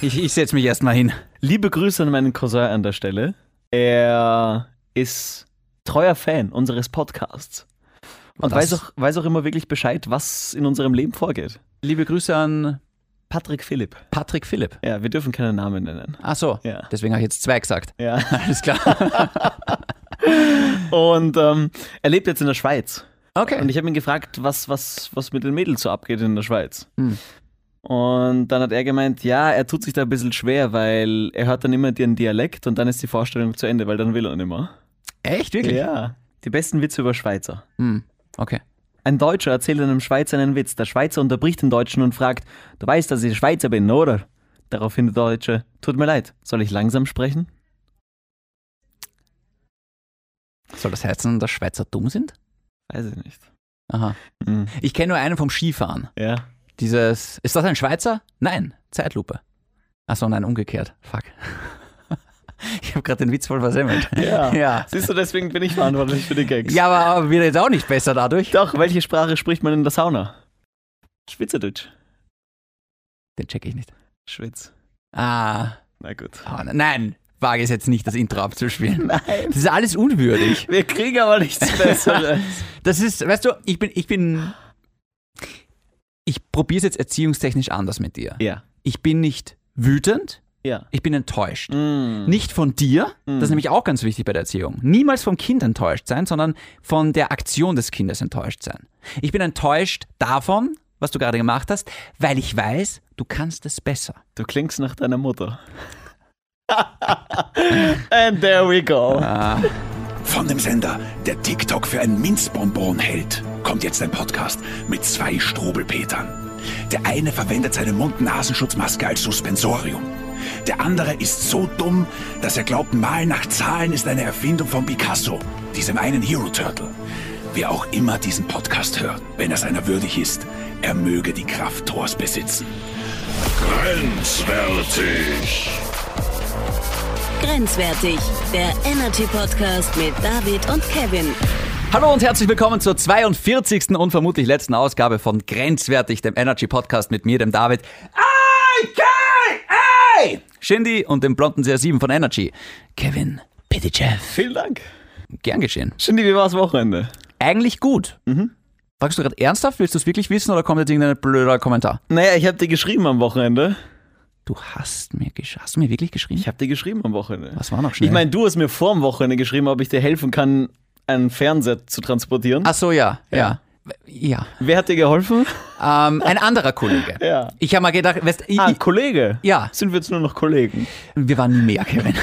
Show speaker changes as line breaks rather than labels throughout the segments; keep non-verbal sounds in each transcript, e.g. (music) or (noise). Ich, ich setze mich erstmal hin.
Liebe Grüße an meinen Cousin an der Stelle. Er ist treuer Fan unseres Podcasts. Und
Das-
weiß auch, weiß auch immer wirklich Bescheid, was in unserem Leben vorgeht.
Liebe Grüße an
Patrick Philipp.
Patrick Philipp.
Ja, wir dürfen keinen Namen nennen.
Ach so,
Ja.
deswegen habe ich jetzt zwei gesagt.
(laughs) Ja.
(laughs) Alles klar.
Und ähm, er lebt jetzt in der Schweiz.
Okay.
Und ich habe ihn gefragt, was, was, was mit den Mädels so abgeht in der Schweiz.
Hm.
Und dann hat er gemeint, ja, er tut sich da ein bisschen schwer, weil er hört dann immer den Dialekt und dann ist die Vorstellung zu Ende, weil dann will er nicht mehr.
Echt, wirklich?
Ja. Die besten Witze über Schweizer.
Hm. Okay.
Ein Deutscher erzählt einem Schweizer einen Witz. Der Schweizer unterbricht den Deutschen und fragt, du weißt, dass ich Schweizer bin, oder? Daraufhin der Deutsche, tut mir leid, soll ich langsam sprechen?
Soll das heißen, dass Schweizer dumm sind?
Weiß ich nicht.
Aha.
Hm.
Ich kenne nur einen vom Skifahren.
Ja.
Dieses, ist das ein Schweizer? Nein, Zeitlupe. Achso, nein, umgekehrt. Fuck. (laughs) Ich habe gerade den Witz voll versemmelt.
(laughs) Ja.
Ja.
Siehst du, deswegen bin ich verantwortlich für die Gags.
Ja, aber wird jetzt auch nicht besser dadurch.
Doch, welche Sprache spricht man in der Sauna? Schweizerdeutsch.
Den checke ich nicht.
Schwitz.
Ah,
Na gut.
oh, nein, wage es jetzt nicht, das Intro abzuspielen. Nein. Das ist alles unwürdig.
Wir kriegen aber nichts Besseres.
Das ist, weißt du, ich bin, ich bin, ich probiere es jetzt erziehungstechnisch anders mit dir.
(laughs) ja.
Ich bin nicht wütend,
Ja.
ich bin enttäuscht.
Mm.
Nicht von dir, das
Mhm.
ist nämlich auch ganz wichtig bei der Erziehung. Niemals vom Kind enttäuscht sein, sondern von der Aktion des Kindes enttäuscht sein. Ich bin enttäuscht davon, was du gerade gemacht hast, weil ich weiß, du kannst es besser.
Du klingst nach deiner Mutter. (laughs) And there we go.
Von dem Sender, der TikTok für ein Minzbonbon hält, kommt jetzt ein Podcast mit zwei Strobelpetern. Der eine verwendet seine Mund-Nasenschutzmaske als Suspensorium. Der andere ist so dumm, dass er glaubt, Malen nach Zahlen ist eine Erfindung von Picasso, diesem einen Hero Turtle. Wer auch immer diesen Podcast hört, wenn es einer würdig ist, er möge die Kraft Thors besitzen. Grenzwertig.
Grenzwertig, der Energy Podcast mit David und Kevin.
Hallo und herzlich willkommen zur 42. und vermutlich letzten Ausgabe von Grenzwertig, dem Energy Podcast mit mir, dem David. AKA! Shindy und dem blonden CR7 von Energy. Kevin Pitychev.
Vielen Dank.
Gern geschehen.
Schindy, wie war's Wochenende?
Eigentlich gut.
Mhm.
Fragst du gerade ernsthaft? Willst du es wirklich wissen oder kommt jetzt irgendein blöder Kommentar?
Naja, ich hab dir geschrieben am Wochenende.
Du hast mir, gesch hast du mir wirklich geschrieben?
Ich hab dir geschrieben am Wochenende.
Was war noch schnell?
Ich meine, du hast mir vor dem Wochenende geschrieben, ob ich dir helfen kann, einen Fernseher zu transportieren.
Ach so, ja, ja. Ja.
Wer hat dir geholfen?
Ähm, ein anderer Kollege.
Ja.
Ich habe mal gedacht, weißt, ich,
(laughs) Ah,
ich,
Kollege.
Ja.
Sind wir jetzt nur noch Kollegen?
wir waren nie mehr, Kevin.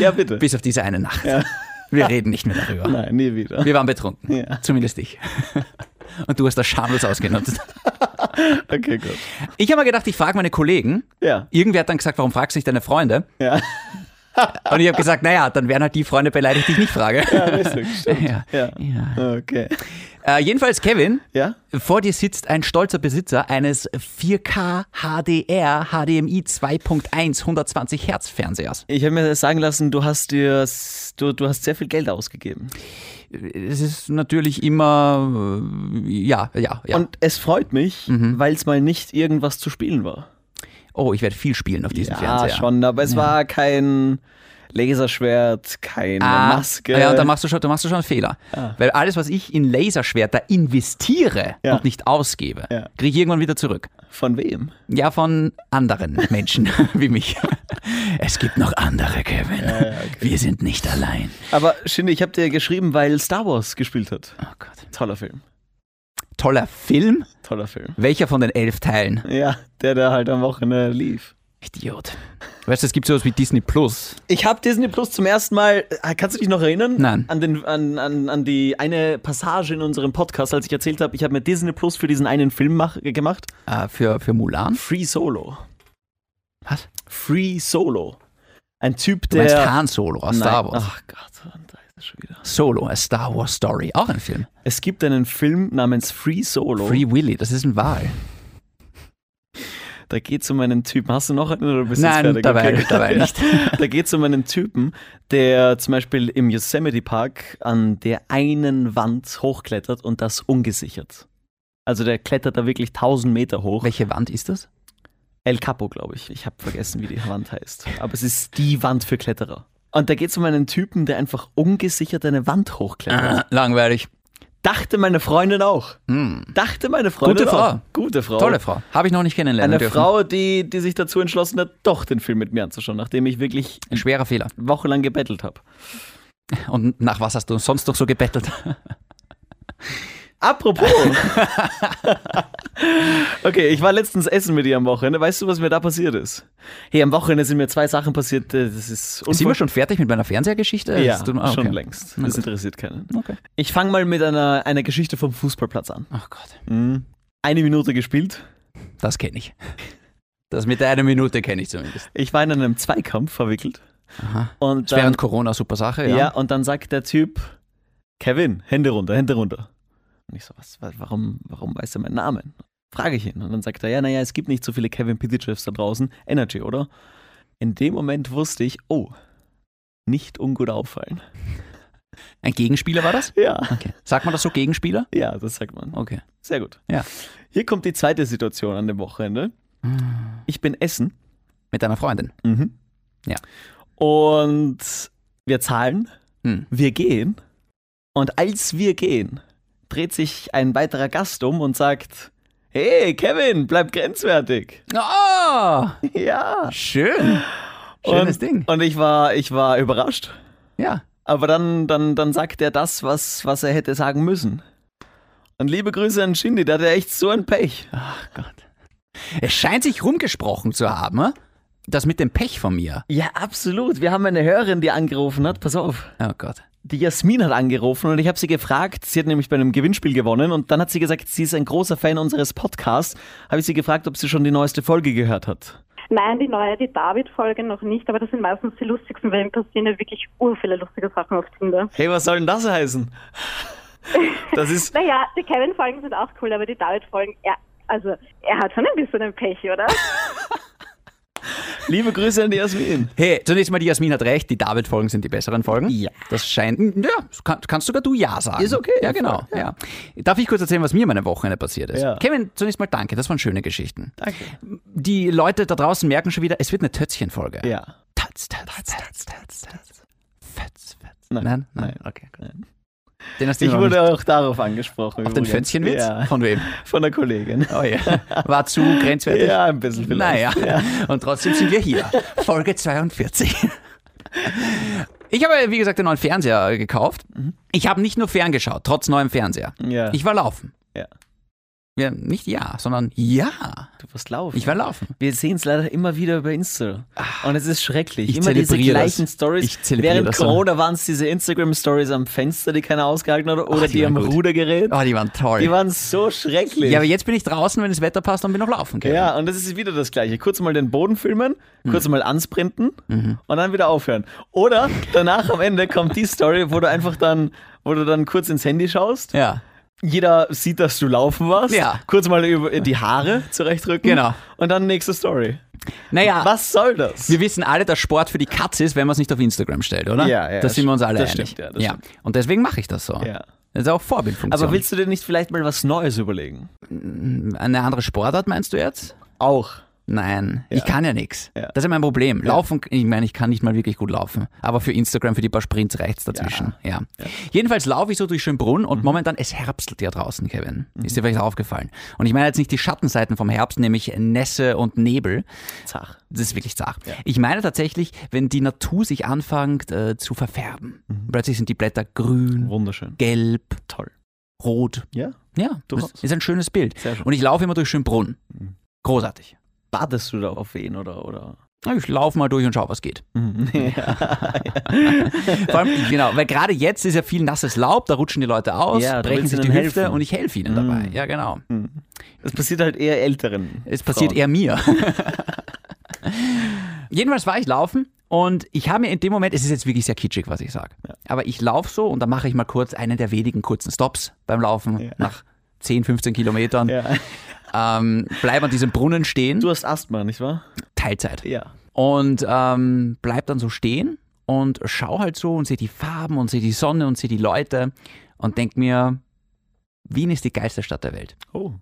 Ja, bitte.
Bis auf diese eine Nacht. Wir reden nicht mehr darüber.
Nein, nie wieder.
Wir waren betrunken.
Ja.
Zumindest ich. (laughs) Und du hast das schamlos ausgenutzt.
Okay, gut.
Ich habe mal gedacht, ich frage meine Kollegen.
Ja.
Irgendwer hat dann gesagt, warum fragst du nicht deine Freunde?
Ja.
(laughs) Und ich habe gesagt, naja, dann wären halt die Freunde beleidigt, die ich nicht frage.
Ja, richtig. Stimmt.
Ja.
Ja.
Ja.
Okay.
Äh, jedenfalls, Kevin,
Ja?
vor dir sitzt ein stolzer Besitzer eines 4K HDR HDMI 2.1 120 Hertz Fernsehers.
Ich habe mir sagen lassen, du hast dir du, du hast sehr viel Geld ausgegeben.
Es ist natürlich immer, äh, ja, ja, ja. Mhm.
Und es freut mich, weil es mal nicht irgendwas zu spielen war.
oh, ich werde viel spielen auf diesem
ja,
Fernseher.
schon, aber es war kein Laserschwert, keine
Ah,
Maske. Ah.
Ja, und da machst du schon, da machst du schon einen Fehler. Weil alles, was ich in Laserschwerter investiere
Ja.
und nicht ausgebe,
Ja.
kriege ich irgendwann wieder zurück.
Von wem?
Ja, von anderen
(laughs)
Menschen (laughs) wie mich. Es gibt noch andere, Kevin. Wir sind nicht allein.
Aber Shindy, ich habe dir geschrieben, weil Star Wars gespielt hat.
Oh Gott.
Toller Film.
Toller Film.
Toller Film.
Welcher von den elf Teilen?
Ja, der da halt am Wochenende lief.
Idiot. Weißt du, es gibt sowas wie Disney Plus.
Ich habe Disney Plus zum ersten Mal, Ah, kannst du dich noch erinnern?
Nein.
An, den, an, an, an die eine Passage in unserem Podcast, als ich erzählt habe, ich habe mir Disney Plus für diesen einen Film mach, gemacht.
Äh, für, für Mulan.
Free Solo.
Was?
Free Solo. Ein Typ,
Du meinst
der.
Han Solo aus Star
Nein.
Wars.
Ach Gott, da ist es schon wieder.
Solo, A Star Wars Story. Auch ein Film.
Es gibt einen Film namens Free Solo.
Free Willy, das ist ein Wal.
Da geht es um einen Typen. Hast du noch einen oder bist du
Nein,
fertig?
dabei-
gut. (laughs)
dabei nicht.
Da geht es um einen Typen, der zum Beispiel im Yosemite Park an der einen Wand hochklettert und das ungesichert. Also der klettert da wirklich 1000 Meter hoch.
Welche Wand ist das?
El Capo, glaube ich. Ich habe vergessen, wie die Wand heißt. Aber es ist die Wand für Kletterer. Und da geht es um einen Typen, der einfach ungesichert eine Wand
Ah.
hochklettert.
Äh, Langweilig.
Dachte meine Freundin auch. Dachte meine Freundin
Hm. Gute Frau.
auch. Gute Frau.
Tolle Frau. Habe ich noch nicht kennenlernen
Oh. Eine
dürfen.
Frau, die, die sich dazu entschlossen hat, doch den Film mit mir anzuschauen, nachdem ich wirklich
Ein schwerer Fehler.
wochenlang gebettelt habe.
Und nach was hast du sonst noch so gebettelt? (laughs)
Apropos. okay, ich war letztens essen mit ihr am Wochenende. Weißt du, was mir da passiert ist? Hey, am Wochenende sind mir zwei Sachen passiert. äh, Das ist
Sind wir
unvorstellbar.
schon fertig mit meiner Fernsehergeschichte?
Ja,
Das tut mir- ah, okay.
schon längst. Das interessiert keinen.
Okay.
Ich fange mal mit einer, einer Geschichte vom Fußballplatz an.
Ach Gott,
Eine Minute gespielt.
das kenne ich. Das mit der einen Minute kenne ich zumindest.
Ich war in einem Zweikampf verwickelt.
Das
Und dann,
während Corona, super Sache.
ja.
Ja.
und dann sagt der Typ, Kevin, Hände runter, Hände runter. Und ich so, was, wa- warum, warum weiß er meinen Namen? Frage ich ihn. Und dann sagt er, ja, naja, es gibt nicht so viele Kevin Pitychevs da draußen. Energy, oder? In dem Moment wusste ich, oh, nicht ungut auffallen.
Ein Gegenspieler war das?
Ja.
Sagt man das so, Gegenspieler?
Ja, das sagt man.
Okay.
Sehr gut.
Ja.
Hier kommt die zweite Situation an dem Wochenende. Ich bin essen
Mit deiner Freundin.
Mhm. und wir zahlen,
Hm.
wir gehen und als wir gehen, dreht sich ein weiterer Gast um und sagt, hey Kevin, bleib grenzwertig.
Oh,
Ja.
schön. Schönes
und,
Ding.
Und ich war, ich war überrascht.
Ja.
Aber dann, dann, dann sagt er das, was, was er hätte sagen müssen. Und liebe Grüße an Shindy, da hat er echt so ein Pech.
Ach Gott. Es scheint sich rumgesprochen zu haben, ne? das mit dem Pech von mir.
Ja, absolut. Wir haben eine Hörerin, die angerufen hat. Pass auf.
Oh Gott.
die Jasmin hat angerufen und ich habe sie gefragt, sie hat nämlich bei einem Gewinnspiel gewonnen und dann hat sie gesagt, sie ist ein großer Fan unseres Podcasts, habe ich sie gefragt, ob sie schon die neueste Folge gehört hat.
Nein, die neue, die David-Folge noch nicht, aber das sind meistens die lustigsten, weil ihm passieren ja wirklich ur viele lustige Sachen auf Tinder.
Hey, was soll denn das heißen?
(laughs)
Das ist,
Naja, die Kevin-Folgen sind auch cool, aber die David-Folgen, ja, also er hat schon ein bisschen ein Pech, oder?
liebe Grüße an die Jasmin.
Hey, zunächst mal, die Jasmin hat recht, die David-Folgen sind die besseren Folgen.
Ja.
Das scheint, ja, das kann, kannst sogar du Ja sagen.
Ist okay,
Ja,
voll,
genau. Ja. Darf ich kurz erzählen, was mir meine Wochenende passiert ist?
Ja.
Kevin, zunächst mal danke, das waren schöne Geschichten.
Danke.
Die Leute da draußen merken schon wieder, es wird eine Tötzchenfolge.
Ja.
Tatz, tatz, tatz, tatz, tatz. Fötz, fötz.
Nein,
nein,
nein.
Ah, okay. gut.
Nein.
Den hast du
Ich
noch
wurde
nicht.
auch darauf angesprochen.
Auf den
übrigens.
Fönzchenwitz?
Ja,
Von wem?
von der Kollegin.
Oh
(laughs)
ja. War zu grenzwertig.
Ja, ein bisschen vielleicht.
Naja, und trotzdem sind wir hier. Folge 42. Ich habe, wie gesagt, den neuen Fernseher gekauft. Ich habe nicht nur ferngeschaut, trotz neuem Fernseher.
Mhm. Ja.
Ich war laufen.
Ja.
Ja, nicht ja, sondern ja.
Du wirst laufen.
Ich war laufen.
Wir sehen es leider immer wieder über Insta. Und es ist schrecklich.
Ah, Ich
immer diese
zelebriere das.
gleichen Stories.
Ich zelebriere
Während
das, ja.
Corona waren es diese Instagram-Stories am Fenster, die keiner ausgehalten hat, oder
Ach, die
die, am
waren gut.
Rudergerät.
Oh, die waren toll.
Die waren so schrecklich.
ja, aber jetzt bin ich draußen, wenn das Wetter passt, dann bin ich Mhm. noch laufen. Kevin.
Ja, und das ist wieder das Gleiche. Kurz mal den Boden filmen, kurz mal ansprinten
Mhm.
und dann wieder aufhören. Oder danach am Ende kommt die Story, wo du einfach dann, wo du dann kurz ins Handy schaust.
Ja.
Jeder sieht, dass du laufen warst.
Ja.
Kurz mal über die Haare zurechtrücken.
Genau.
Und dann nächste Story.
Naja,
Was soll das?
wir wissen alle, dass Sport für die Katze ist, wenn man es nicht auf Instagram stellt, oder?
Ja, ja,
Da sind wir uns alle
das
einig.
stimmt, ja, das stimmt.
Und deswegen mache ich das so.
Ja.
Das ist auch Vorbildfunktion.
Aber willst du dir nicht vielleicht mal was Neues überlegen?
Eine andere Sportart meinst du jetzt?
Auch.
Nein, ich kann ja nichts.
Ja.
Das ist ja mein Problem. Laufen, ich meine, ich kann nicht mal wirklich gut laufen. Aber für Instagram, für die paar Sprints reicht's dazwischen. Ja. Jedenfalls laufe ich so durch Schönbrunn
Mhm.
und momentan, es herbstelt ja draußen, Kevin. Ist dir vielleicht aufgefallen. Und ich meine jetzt nicht die Schattenseiten vom Herbst, nämlich Nässe und Nebel.
Zach.
Das ist wirklich zart. Ich meine tatsächlich, wenn die Natur sich anfängt äh, zu verfärben. Plötzlich sind die Blätter grün,
Wunderschön.
gelb,
Mhm. Toll.
rot.
Ja?
Ja,
Durchaus.
das ist ein schönes Bild.
Sehr schön. Mhm.
Und ich laufe immer durch Schönbrunn. Großartig.
Wartest du da auf wen oder? oder?
Na, Ich laufe mal durch und schau, was geht.
(laughs) Mhm.
Vor allem, genau, weil gerade jetzt ist ja viel nasses Laub, da rutschen die Leute aus,
Ja, da
brechen
willst
sich
du
die
ihnen
Hüfte
helfen. Mm. Hm,
und ich helfe ihnen dabei. Ja, genau.
Das passiert halt eher älteren.
Es passiert
Frauen.
eher
(laughs)
mir. (laughs) Jedenfalls war ich laufen und ich habe mir in dem Moment, es ist jetzt wirklich sehr kitschig, was ich sage, aber ich laufe so und dann mache ich mal kurz einen der wenigen kurzen Stops beim Laufen nach 10, 15 Kilometern.
Ja.
Ähm, bleib an diesem Brunnen stehen,
Du hast Asthma, nicht wahr?
Teilzeit.
Ja.
und ähm, bleib dann so stehen und schau halt so und sehe die Farben und sehe die Sonne und sehe die Leute und denk mir, Wien ist die geilste Stadt der Welt. Äh,
Oh.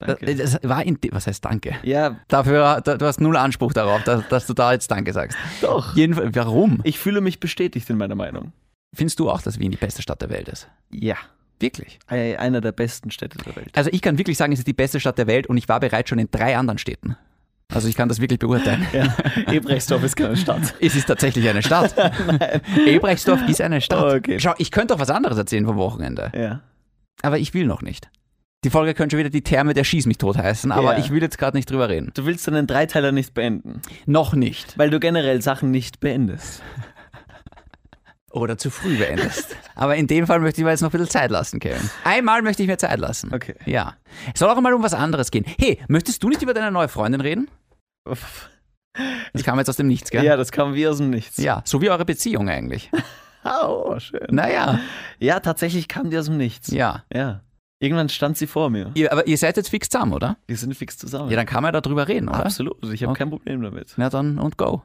Danke.
Das war in, was heißt Danke?
Ja,
Dafür, da, du hast null Anspruch darauf, dass, dass du da jetzt Danke sagst.
doch.
Jedenfalls, warum?
Ich fühle mich bestätigt in meiner Meinung.
Findest du auch, dass Wien die beste Stadt der Welt ist?
Ja.
Wirklich?
Ei- Einer der besten Städte der Welt.
Also ich kann wirklich sagen, es ist die beste Stadt der Welt und ich war bereits schon in drei anderen Städten. Also ich kann das wirklich
(laughs)
beurteilen.
Ja. Ebrechtsdorf ist keine Stadt.
Es ist tatsächlich eine
(laughs)
Stadt. Ebrechtsdorf ist eine Stadt.
Okay.
Schau, ich könnte doch was anderes erzählen vom Wochenende,
Ja.
aber ich will noch nicht. Die Folge könnte schon wieder die Therme der Schieß mich tot heißen, aber
Ja.
ich will jetzt gerade nicht drüber reden.
Du willst deinen Dreiteiler nicht beenden,
Noch nicht.
weil du generell Sachen nicht beendest.
Oder zu früh beendest. aber in dem Fall möchte ich mir jetzt noch ein bisschen Zeit lassen, Kevin. Einmal möchte ich mir Zeit lassen.
Okay.
Ja. Es soll auch mal um was anderes gehen. Hey, möchtest du nicht über deine neue Freundin reden? Das kam jetzt aus dem Nichts,
Ja,
gell?
das kam wie aus dem Nichts.
Ja, so wie eure Beziehung
(laughs)
eigentlich.
Oh, schön.
Naja,
Ja, tatsächlich kam die aus dem Nichts.
ja.
Ja. Irgendwann stand sie vor mir.
Ihr, aber ihr seid jetzt fix zusammen, oder?
Wir sind fix zusammen.
Ja, dann kann man ja darüber reden, oder?
Absolut, ich habe
Okay.
kein Problem damit.
Na dann und go.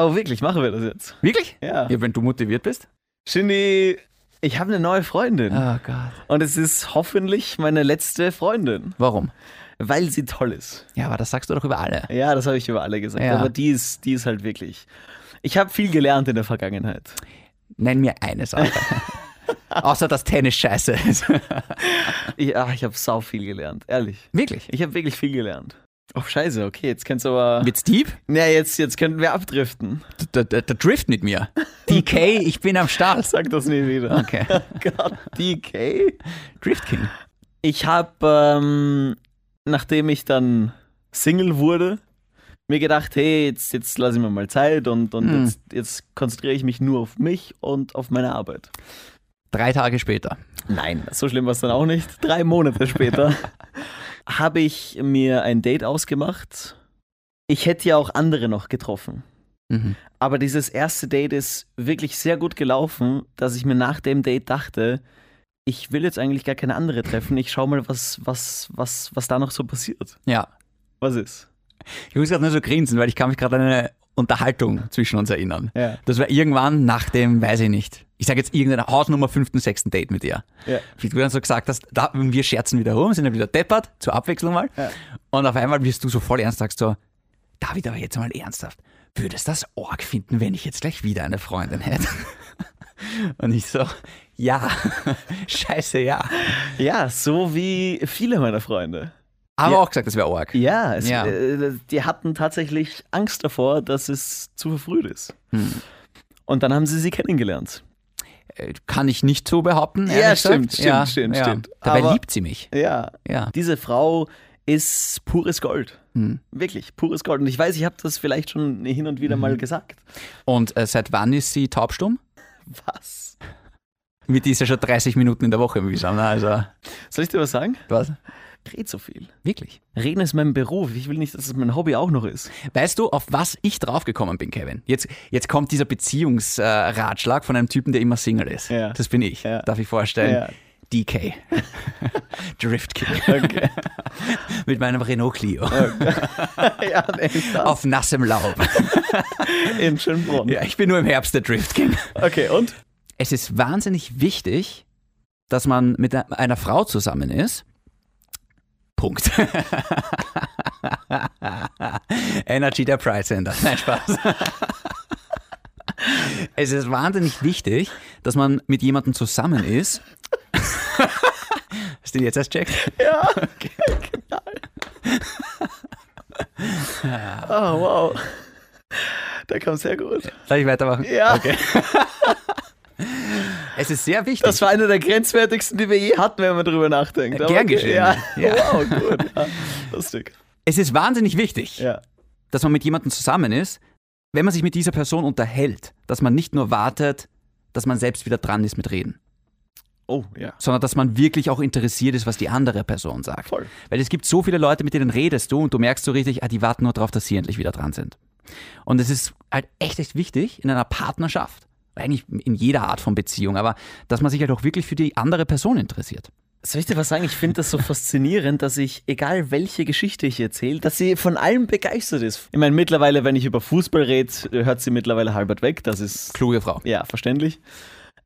Oh, wirklich, machen wir das jetzt.
Wirklich?
Ja.
Ja, wenn du motiviert bist.
Shindy, ich habe eine neue Freundin.
Oh Gott.
Und es ist hoffentlich meine letzte Freundin,
Warum?
weil sie toll ist.
Ja, aber das sagst du doch über alle.
Ja, das habe ich über alle gesagt.
Ja.
Aber die ist, die ist halt wirklich. Ich habe viel gelernt in der Vergangenheit.
Nenn mir eine Sache. Außer, dass Tennis scheiße ist.
Ich, ach, ich habe sau viel gelernt, ehrlich.
Wirklich?
Ich habe wirklich viel gelernt. Oh, scheiße, okay, jetzt kannst du aber.
Mit Steve?
Na, jetzt, jetzt könnten wir abdriften.
Der, der, der Drift mit mir. DK, ich bin am Start.
Sag das nie wieder.
Okay.
(laughs) Gott, DK.
Drift King.
Ich habe, ähm, nachdem ich dann Single wurde, mir gedacht, hey, jetzt, jetzt lasse ich mir mal Zeit und, und
Hm.
jetzt, jetzt konzentriere ich mich nur auf mich und auf meine Arbeit.
Drei Tage später.
Nein, so schlimm war es dann auch nicht. Drei Monate später habe ich mir ein Date ausgemacht. Ich hätte ja auch andere noch getroffen.
Mhm.
Aber dieses erste Date ist wirklich sehr gut gelaufen, dass ich mir nach dem Date dachte, ich will jetzt eigentlich gar keine andere treffen. Ich schau mal, was, was, was, was da noch so passiert.
Ja.
Was ist?
Ich muss gerade nur so grinsen, weil ich kann mich gerade an eine Unterhaltung zwischen uns erinnern.
Ja.
Das war irgendwann nach dem, weiß ich nicht. Ich sage jetzt irgendeiner Hausnummer fünften, sechsten Date mit ihr.
Ja.
Wie du dann so gesagt hast, da, wir scherzen wieder rum, sind dann wieder deppert, zur Abwechslung mal.
Ja.
Und auf einmal wirst du so voll ernst, sagst so, David, aber jetzt mal ernsthaft. Würdest das Org finden, wenn ich jetzt gleich wieder eine Freundin hätte? (laughs) Und ich so, ja, (laughs) scheiße, ja.
ja, so wie viele meiner Freunde.
Aber
Ja.
auch gesagt, das wäre Org.
Ja, es,
Ja.
Äh, die hatten tatsächlich Angst davor, dass es zu verfrüht ist. Und dann haben sie sie kennengelernt.
Hm. Äh, Kann ich nicht so behaupten.
Ja,
ehrlich
stimmt,
gesagt.
stimmt, stimmt, stimmt.
Dabei
Aber-
liebt sie mich.
Ja.
Ja.
Diese Frau ist pures Gold.
Hm.
Wirklich, pures Gold. Und ich weiß, ich habe das vielleicht schon hin und wieder mal gesagt.
Und äh, seit wann ist sie taubstumm?
Was?
Mit dieser schon 30 Minuten in der Woche mühsam. ne? Also,
Soll ich dir was sagen?
was?
Red so viel.
Wirklich.
Reden ist mein Beruf. Ich will nicht, dass es mein Hobby auch noch ist.
Weißt du, auf was ich draufgekommen bin, Kevin? Jetzt, jetzt kommt dieser Beziehungsratschlag äh, Ratschlag von einem Typen, der immer Single ist.
Ja.
Das bin ich.
Ja.
Darf ich vorstellen?
Ja.
DK. (laughs) Drift King.
Okay.
Mit meinem Renault Clio.
(laughs) ja, nee,
Auf nassem Laub.
in Schönbrunn.
Ja, ich bin nur im Herbst der Drift King.
Okay, und?
es ist wahnsinnig wichtig, dass man mit einer Frau zusammen ist. Punkt. (laughs) Energy der Pride Center. Nein, Spaß. (laughs) es ist wahnsinnig wichtig, dass man mit jemandem zusammen ist. (laughs) Hast du die jetzt erst checkt?
Ja, okay, genau. Oh, wow. Da kam sehr gut.
Darf ich weitermachen?
Ja,
Es ist sehr wichtig.
das war einer der grenzwertigsten, die wir je hatten, wenn man drüber nachdenkt.
Gern
Aber okay,
geschehen.
Ja. Oh,
Ja.
Wow, gut. Ja. (laughs) Lustig.
es ist wahnsinnig wichtig.
Ja.
dass man mit jemandem zusammen ist, wenn man sich mit dieser Person unterhält, dass man nicht nur wartet, dass man selbst wieder dran ist mit Reden,
Oh, ja.
sondern dass man wirklich auch interessiert ist, was die andere Person sagt.
Voll.
Weil es gibt so viele Leute, mit denen redest du und du merkst so richtig, ah, die warten nur darauf, dass sie endlich wieder dran sind. Und es ist halt echt, echt wichtig in einer Partnerschaft, eigentlich in jeder Art von Beziehung, aber dass man sich halt auch wirklich für die andere Person interessiert.
Soll ich dir was sagen? Ich finde das so faszinierend, dass ich, egal welche Geschichte ich erzähle, dass sie von allem begeistert ist. Ich meine, mittlerweile, wenn ich über Fußball rede, hört sie mittlerweile halbert weg. Das ist,
Kluge Frau.
ja, verständlich.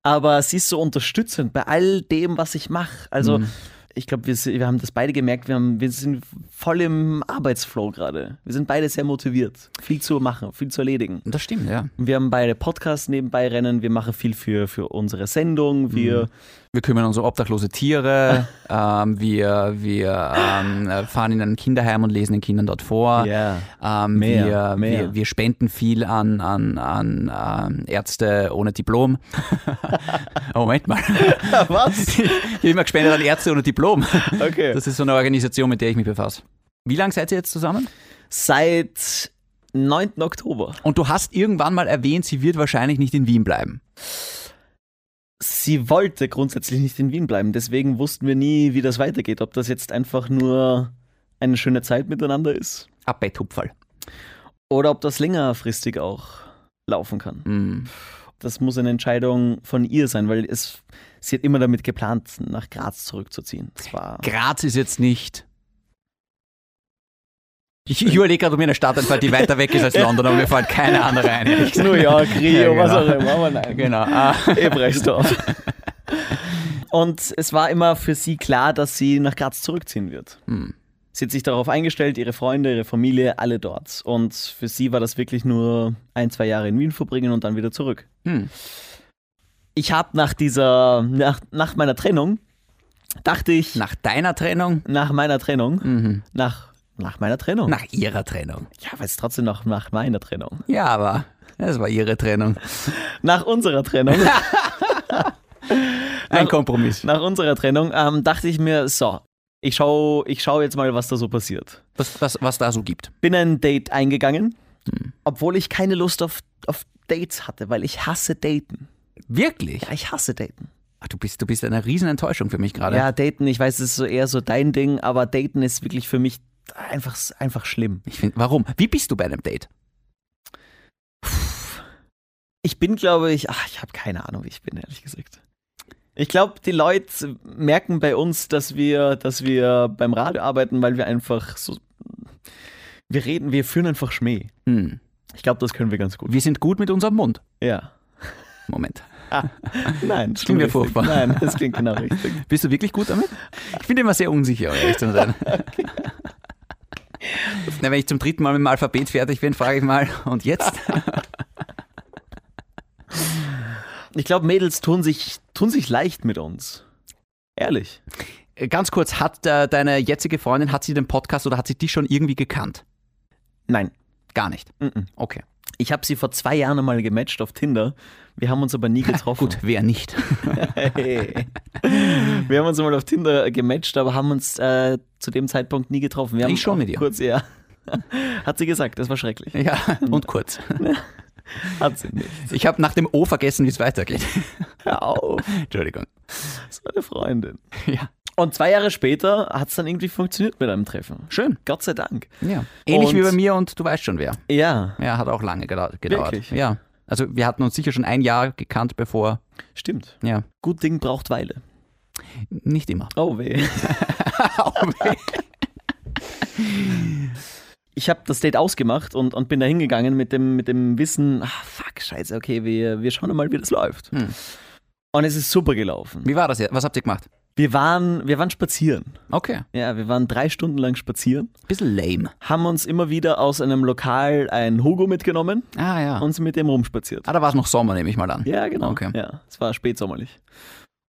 Aber sie ist so unterstützend bei all dem, was ich mache. Also, ich glaube, wir, se- wir haben das beide gemerkt, wir, haben, wir sind voll im Arbeitsflow gerade. Wir sind beide sehr motiviert. Viel zu machen, viel zu erledigen.
Das stimmt, ja.
Wir haben beide Podcasts nebenbei rennen, wir machen viel für, für unsere Sendung, wir (laughs)
Wir kümmern uns um obdachlose (laughs) Tiere, ähm, wir, wir ähm, äh, fahren in ein Kinderheim und lesen den Kindern dort vor.
Ja.
Ähm,
Mehr,
wir,
mehr.
Wir, wir spenden viel an, an, an ähm, Ärzte ohne (laughs) Diplom. oh, Moment mal.
Was?
Ich habe immer gespendet an Ärzte ohne Diplom.
Okay.
Das ist so eine Organisation, mit der ich mich befasse. Wie lange seid ihr jetzt zusammen?
Seit 9. Oktober.
Und du hast irgendwann mal erwähnt, sie wird wahrscheinlich nicht in Wien bleiben.
Sie wollte grundsätzlich nicht in Wien bleiben, deswegen wussten wir nie, wie das weitergeht, ob das jetzt einfach nur eine schöne Zeit miteinander ist
Ab bei Tupferl.
oder ob das längerfristig auch laufen kann.
Mm.
Das muss eine Entscheidung von ihr sein, weil es, sie hat immer damit geplant, nach Graz zurückzuziehen. Das war
Graz ist jetzt nicht. Ich, ich überlege gerade, ob mir eine Stadt einfällt, die weiter weg ist als London, aber mir fällt keine andere ein. ehrlich gesagt.
(laughs) New York, (laughs) Rio,
Ja,
was auch
genau.
immer, aber nein.
Genau. Ah,
(laughs) Ebrechtsdorf. Und es war immer für sie klar, dass sie nach Graz zurückziehen wird.
Hm.
Sie hat sich darauf eingestellt, ihre Freunde, ihre Familie, alle dort. Und für sie war das wirklich nur ein, zwei Jahre in Wien verbringen und dann wieder zurück.
Hm.
Ich habe nach dieser, nach, nach meiner Trennung, dachte ich,
Nach deiner Trennung?
nach meiner Trennung,
Mhm.
nach, nach meiner Trennung.
Nach ihrer Trennung.
Ja, aber es ist trotzdem noch nach meiner Trennung.
Ja, aber das war ihre Trennung.
Nach unserer Trennung.
Ein Kompromiss.
Nach unserer Trennung ähm, dachte ich mir, so, ich schau, ich schau jetzt mal, was da so passiert.
Was, was, was da so gibt.
Bin ein Date eingegangen, obwohl ich keine Lust auf, auf Dates hatte, weil ich hasse Daten.
Wirklich?
Ja, ich hasse Daten.
Ach, du, bist, du bist eine Riesenenttäuschung für mich gerade.
Ja, Daten, ich weiß, es ist so eher so dein Ding, aber Daten ist wirklich für mich einfach, einfach schlimm.
Ich find, warum? Wie bist du bei einem Date?
Ich bin, glaube ich, ach, ich habe keine Ahnung, wie ich bin, ehrlich gesagt. Ich glaube, die Leute merken bei uns, dass wir, dass wir beim Radio arbeiten, weil wir einfach so. Wir reden, wir führen einfach Schmäh.
Hm.
Ich glaube, das können wir ganz gut.
Wir sind gut mit unserem Mund.
Ja.
Moment.
Nein, das
Klingt ja
richtig.
furchtbar. (laughs)
Nein, das klingt genau richtig.
Bist du wirklich gut damit? Ich bin immer sehr unsicher, um ehrlich zu (laughs) sein. Na, wenn ich zum dritten Mal mit dem Alphabet fertig bin, frage ich mal, und jetzt?
Ich glaube, Mädels tun sich, tun sich leicht mit uns. Ehrlich.
(laughs) Ganz kurz, hat äh, deine jetzige Freundin, hat sie den Podcast oder hat sie dich schon irgendwie gekannt?
Nein.
Gar nicht.
Mhm.
Okay.
Ich habe sie vor zwei Jahren einmal gematcht auf Tinder. Wir haben uns aber nie getroffen.
Gut, wer nicht?
Hey. (laughs) Wir haben uns einmal auf Tinder gematcht, aber haben uns äh, zu dem Zeitpunkt nie getroffen. Wir haben
Ich schon
auch
mit ihr.
Kurz, ja. (laughs) Hat sie gesagt, das war
(laughs)
schrecklich.
Ja, und kurz.
Hat sie nicht.
Ich habe nach dem O vergessen, wie es weitergeht. (laughs)
Hör auf,
Entschuldigung.
das war eine Freundin.
Ja,
Und zwei Jahre später hat es dann irgendwie funktioniert mit einem Treffen.
schön.
Gott sei Dank.
Ja. Ähnlich
Und-
wie bei mir und du weißt schon wer.
Ja,
Ja, hat auch lange gedau- gedauert.
Wirklich?
Ja. Also wir hatten uns sicher schon ein Jahr gekannt, bevor,
stimmt.
ja,
Gut Ding braucht Weile.
nicht (laughs) immer.
Oh weh. (laughs) ich habe das Date ausgemacht und, und bin da hingegangen mit dem, mit dem Wissen, ah, fuck, scheiße, okay, wir, wir schauen mal, wie das läuft.
Hm.
Und es ist super gelaufen.
Wie war das jetzt? Was habt ihr gemacht?
Wir waren, wir waren spazieren.
Okay.
Ja, wir waren drei Stunden lang spazieren,
Bisschen lame.
haben uns immer wieder aus einem Lokal ein Hugo mitgenommen
Ah ja.
und sind mit dem rumspaziert.
ah, da war es noch Sommer, nehme ich mal an.
Ja, genau.
Okay.
Ja, es war spätsommerlich.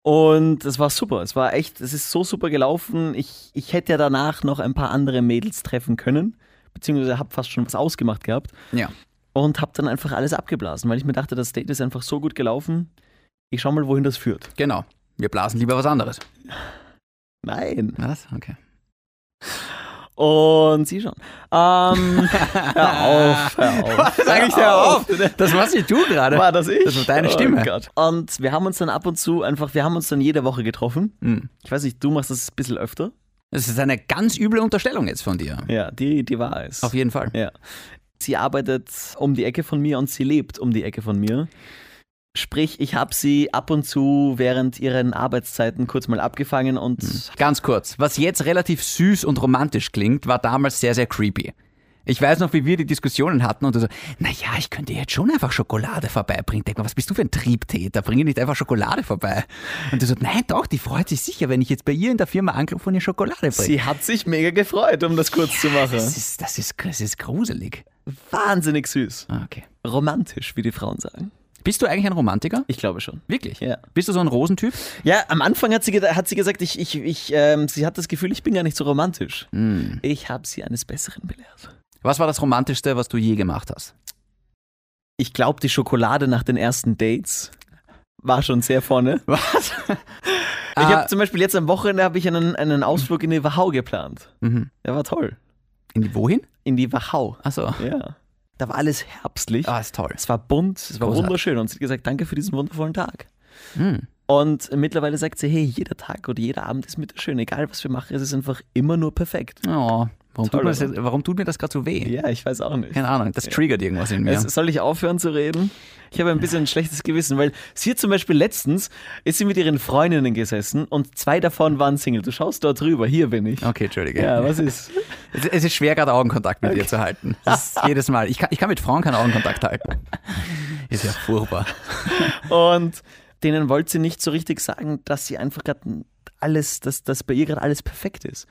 Und es war super. Es war echt, es ist so super gelaufen. Ich, ich hätte ja danach noch ein paar andere Mädels treffen können, beziehungsweise habe fast schon was ausgemacht gehabt
Ja.
und habe dann einfach alles abgeblasen, weil ich mir dachte, das Date ist einfach so gut gelaufen. Ich schau mal, wohin das führt.
Genau. Wir blasen lieber was anderes.
Nein.
Was? Okay.
Und sie schon. Ähm,
(laughs)
hör auf, hör auf.
Was sag ich da auf? Das warst nicht du gerade.
War das ich?
Das war deine Stimme.
Oh Gott. Und wir haben uns dann ab und zu einfach, wir haben uns dann jede Woche getroffen.
Hm.
Ich weiß nicht, du machst das ein bisschen öfter.
Das ist eine ganz üble Unterstellung jetzt von dir.
Ja, die, die war es.
Auf jeden Fall.
ja. Sie arbeitet um die Ecke von mir und sie lebt um die Ecke von mir. Sprich, ich habe sie ab und zu während ihren Arbeitszeiten kurz mal abgefangen und
Ganz kurz. Was jetzt relativ süß und romantisch klingt, war damals sehr, sehr creepy. Ich weiß noch, wie wir die Diskussionen hatten und du so, naja, ich könnte jetzt schon einfach Schokolade vorbeibringen. Denk mal, was bist du für ein Triebtäter? Bringe nicht einfach Schokolade vorbei. Und du so, nein, doch, die freut sich sicher, wenn ich jetzt bei ihr in der Firma anrufe und ihr Schokolade bringe.
Sie hat sich mega gefreut, um das kurz zu machen.
Das ist, das ist, das ist gruselig.
Wahnsinnig süß.
Ah, Okay.
Romantisch, wie die Frauen sagen.
Bist du eigentlich ein Romantiker?
Ich glaube schon.
Wirklich?
Ja.
Bist du so ein Rosentyp?
Ja, am Anfang hat sie, geda- hat sie gesagt, ich, ich, ich, ähm, sie hat das Gefühl, ich bin gar nicht so romantisch. Ich habe sie eines Besseren belehrt.
Hm. Was war das Romantischste, was du je gemacht hast?
Ich glaube, die Schokolade nach den ersten Dates war schon sehr vorne.
Was?
Ich
Ah.
habe zum Beispiel jetzt am Wochenende habe ich einen, einen Ausflug in die Wachau geplant.
Mhm.
Der war toll.
In die wohin?
In die Wachau.
Achso.
Ja. Da war alles herbstlich.
Ah, ist toll.
Es war bunt, es war
Großartig.
wunderschön. Und sie hat gesagt, danke für diesen wundervollen Tag.
Hm.
Und mittlerweile sagt sie, hey, jeder Tag oder jeder Abend ist mit schön. Egal, was wir machen, es ist einfach immer nur perfekt.
Oh, warum, tut
Toll,
mir das,
oder?
warum tut mir das gerade so weh?
Ja, ich weiß auch nicht.
Keine Ahnung, das triggert irgendwas in mir.
Es, soll ich aufhören zu reden? Ich habe ein bisschen ein schlechtes Gewissen, weil sie hat zum Beispiel letztens ist sie mit ihren Freundinnen gesessen und zwei davon waren Single. Du schaust dort drüber, hier bin ich.
Okay, Entschuldige.
Ja, was ist?
Es, es ist schwer, gerade Augenkontakt mit dir zu
(laughs)
halten. Das ist jedes Mal. Ich kann, ich kann mit Frauen keinen Augenkontakt halten. Ist ja furchtbar.
Und denen wollte sie nicht so richtig sagen, dass sie einfach gerade alles, dass, dass bei ihr gerade alles perfekt ist.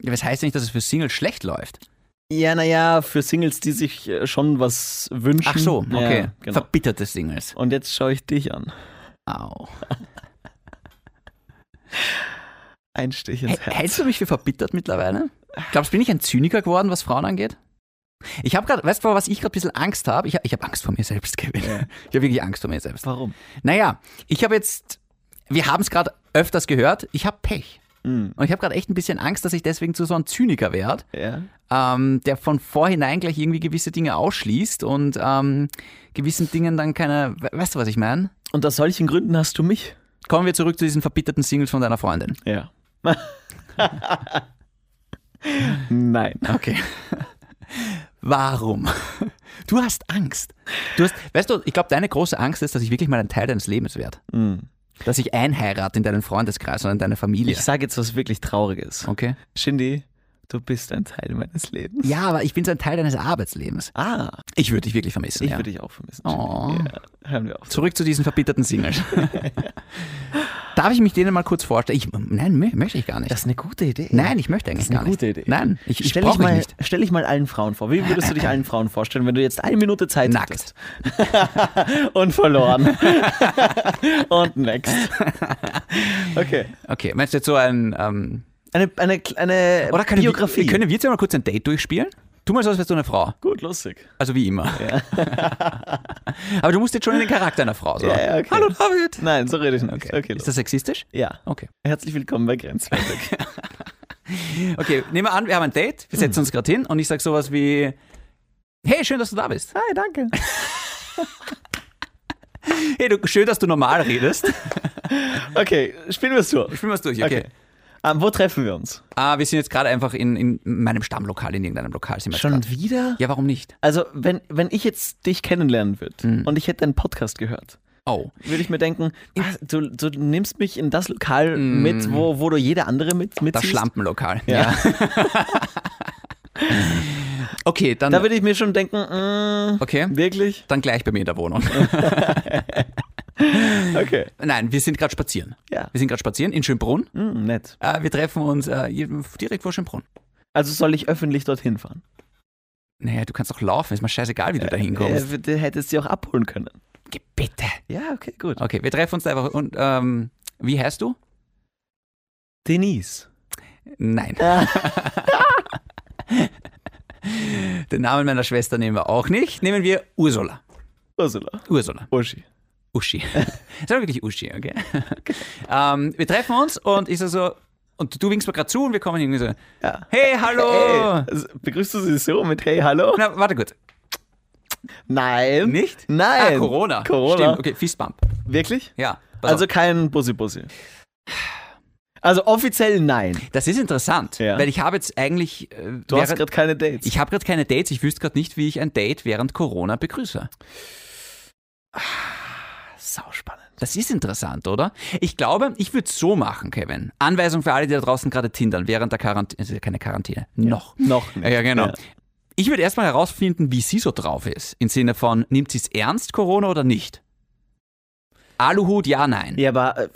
Ja, Was heißt denn nicht, dass es für Singles schlecht läuft?
Ja, naja, für Singles, die sich äh, schon was wünschen.
Ach so, okay.
Ja, genau.
Verbitterte Singles.
Und jetzt schaue ich dich an.
Au.
Ein Stich
H-
ins Herz.
Hältst du mich für verbittert mittlerweile? Glaubst du, bin ich ein Zyniker geworden, was Frauen angeht? Ich habe gerade, weißt du, vor was ich gerade ein bisschen Angst habe? Ich, hab- ich habe Angst vor mir selbst, (laughs) Kevin. Ich habe wirklich Angst vor mir selbst.
Warum?
Naja, ich habe jetzt, wir haben es gerade öfters gehört, ich habe Pech.
Mhm.
Und ich habe gerade echt ein bisschen Angst, dass ich deswegen zu so einem Zyniker werde,
Ja.
ähm, der von vorhinein gleich irgendwie gewisse Dinge ausschließt und ähm, gewissen Dingen dann keine, we- weißt du, was ich meine?
Und aus solchen Gründen hast du mich.
Kommen wir zurück zu diesen verbitterten Singles von deiner Freundin.
Ja. (laughs) Nein.
Okay. Warum? (laughs) Du hast Angst. Du hast, weißt du, ich glaube, deine große Angst ist, dass ich wirklich mal ein Teil deines Lebens werde.
Mm.
Dass ich einheirate in deinen Freundeskreis und in deine Familie.
Ich sage jetzt was wirklich Trauriges.
Okay.
Shindy, du bist ein Teil meines Lebens.
Ja, aber ich bin so ein Teil deines Arbeitslebens.
Ah,
Ich würde dich wirklich vermissen.
ich
ja.
würde dich auch vermissen.
Oh.
Shindy. Ja, hören wir auf.
Zurück zu diesen verbitterten Singles. (laughs) Darf ich mich denen mal kurz vorstellen? Ich, nein, mö- möchte ich gar nicht.
Das ist eine gute Idee.
nein, ich möchte eigentlich
das ist
gar
eine
nicht.
gute Idee.
Nein, ich, ich
stell, dich
brauche
mal,
mich nicht.
stell dich mal allen Frauen vor. Wie würdest du dich allen Frauen vorstellen, wenn du jetzt eine Minute Zeit
Nackt.
hättest? (laughs) Und verloren. Und next. Okay.
Okay, meinst du jetzt so ein... Ähm,
Eine, eine, eine
oder können
Biografie.
Wir, können wir jetzt mal kurz ein Date durchspielen? Tu mal so, als wärst du eine Frau.
Gut, lustig.
Also wie immer. (laughs) Aber du musst jetzt schon in den Charakter einer Frau sein.
Ja, ja, okay.
Hallo David.
Nein, so rede ich nicht.
Okay.
Okay,
Ist das sexistisch?
ja.
Okay.
Herzlich willkommen bei Grenzwertig.
Okay, nehmen wir an, wir haben ein Date, wir setzen
Hm.
uns gerade hin und ich sage sowas wie, hey, schön, dass du da bist.
(laughs) Hi, danke.
Hey, du, schön, dass du normal
(laughs)
redest.
Okay, spielen wir es durch.
Spielen wir es durch, okay.
Okay. Ähm, wo treffen wir uns?
Ah, wir sind jetzt gerade einfach in, in meinem Stammlokal, in irgendeinem Lokal sind wir jetzt grad.
wieder?
Ja, warum nicht?
Also, wenn, wenn ich jetzt dich kennenlernen würde und ich hätte einen Podcast gehört,
Oh.
würde ich mir denken, ah, du, du nimmst mich in das Lokal mit, wo, wo du jede andere mit
Das
mitziehst.
Schlampenlokal.
Ja. (laughs)
okay, dann,
Da würde ich mir schon denken, mm,
Okay.
wirklich? (laughs)
dann gleich bei mir in der Wohnung.
Okay.
(laughs) Nein, wir sind gerade spazieren.
Ja.
Wir sind gerade spazieren in Schönbrunn.
Mm, nett.
Äh, wir treffen uns äh, hier- direkt vor Schönbrunn.
Also soll ich öffentlich dorthin fahren?
Naja, du kannst doch laufen, ist mir scheißegal, wie du da hinkommst.
Äh, du hättest sie auch abholen können.
Geh Bitte.
Ja, okay, gut.
Okay, wir treffen uns da einfach und ähm, wie heißt du?
Denise.
Nein. (laughs) Den Namen meiner Schwester nehmen wir auch nicht. Nehmen wir Ursula.
Ursula.
Ursula.
Uschi. (laughs)
Uschi. Sag mal wirklich Uschi, okay? ähm, wir treffen uns und ich so so, und du winkst mir gerade zu und wir kommen irgendwie so,
Ja.
hey, hallo.
Hey, also begrüßt du sie so mit Hey, hallo?
Na, warte gut.
Nein.
Nicht?
Nein.
Ah, Corona.
Corona.
Stimmt, okay, Fistbump.
Wirklich?
Ja. pass
Also
auf.
kein Bussi-Bussi. Also offiziell nein.
das ist interessant,
Ja.
weil ich habe jetzt eigentlich... Äh,
Du hast
während-
gerade keine Dates.
Ich habe gerade keine Dates, ich wüsste gerade nicht, wie ich ein Date während Corona begrüße.
sauspannend.
Das ist interessant, oder? Ich glaube, ich würde so machen, Kevin. Anweisung für alle, die da draußen gerade tindern, während der Quarantäne, keine Quarantäne, noch.
Noch nicht.
Ja, genau.
Ja.
Ich würde erstmal herausfinden, wie sie so drauf ist. Im Sinne von, nimmt sie es ernst, Corona, oder nicht? Aluhut, ja, nein.
Ja, aber äh, äh,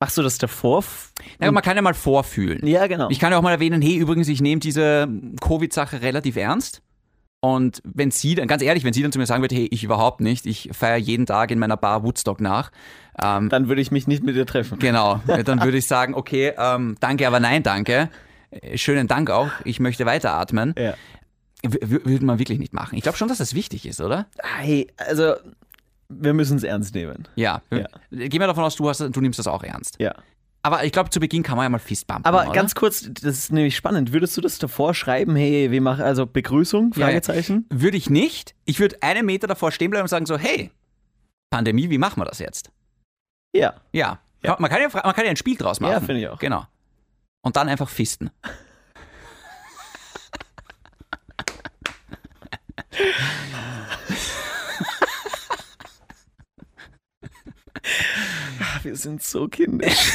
machst du das davor? F-
Na, aber man kann ja mal vorfühlen.
Ja, genau.
Ich kann ja auch mal erwähnen, hey, übrigens, ich nehme diese Covid-Sache relativ ernst. Und wenn sie dann, ganz ehrlich, wenn sie dann zu mir sagen würde, hey, ich überhaupt nicht, ich feiere jeden Tag in meiner Bar Woodstock nach, ähm,
Dann würde ich mich nicht mit dir treffen.
genau, dann würde ich sagen, okay, ähm, danke, aber nein, danke. Äh, Schönen Dank auch, ich möchte weiteratmen.
Ja.
W- w- Würde man wirklich nicht machen. Ich glaube schon, dass das wichtig ist, oder?
Hey, also, wir müssen es ernst nehmen.
Ja.
Ja.
Gehen wir davon aus, du, hast, du nimmst das auch ernst.
Ja.
Aber ich glaube, zu Beginn kann man ja mal Fistbumpen.
Aber
oder?
ganz kurz, das ist nämlich spannend. Würdest du das davor schreiben? Hey, wir machen also Begrüßung?
Ja, ja.
Fragezeichen.
Würde ich nicht. Ich würde einen Meter davor stehen bleiben und sagen so, hey, Pandemie, wie machen wir das jetzt?
Ja.
Ja.
Ja.
Man, kann ja, fra- man kann ja ein Spiel draus machen.
Ja, finde ich auch.
Genau. Und dann einfach fisten.
Ach, wir sind so kindisch.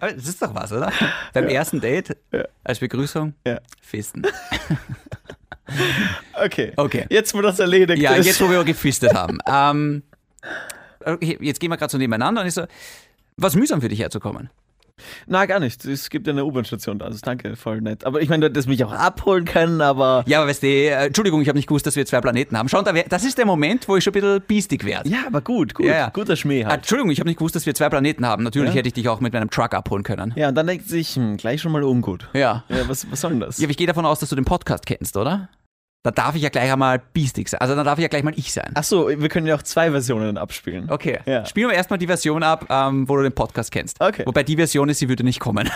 Aber das ist doch was, oder? Beim ersten Date als Begrüßung
Ja.
fisten.
Okay.
Okay.
Jetzt, wo das erledigt
Ja,
ist.
jetzt, wo wir gefistet
(laughs)
haben. Ähm, okay, jetzt gehen wir gerade so nebeneinander und ich so, was mühsam für dich herzukommen.
Na, gar nicht. Es gibt ja eine U-Bahn-Station da. Also danke, voll nett. Aber ich meine, du hättest mich auch abholen können, aber.
Ja, aber weißt du, äh, Entschuldigung, ich habe nicht gewusst, dass wir zwei Planeten haben. Schau, da wär, das ist der Moment, wo ich schon ein bisschen biestig werde.
Ja, aber gut, gut.
Ja, ja.
Guter Schmäh
Ah,
halt.
Entschuldigung, ich habe nicht gewusst, dass wir zwei Planeten haben. Natürlich
Ja.
hätte ich dich auch mit meinem Truck abholen können.
Ja, und dann denkt sich, hm, gleich schon mal ungut.
Ja. ja.
Ja, was, was soll denn das?
aber ich gehe davon aus, dass du den Podcast kennst, oder? Da darf ich ja gleich einmal biestig sein. Also dann darf ich ja gleich mal ich sein.
Achso, wir können ja auch zwei Versionen abspielen.
Okay.
Ja.
Spielen wir erstmal die Version ab, ähm, wo du den Podcast kennst.
Okay.
Wobei die Version ist, sie würde nicht
(laughs)
kommen.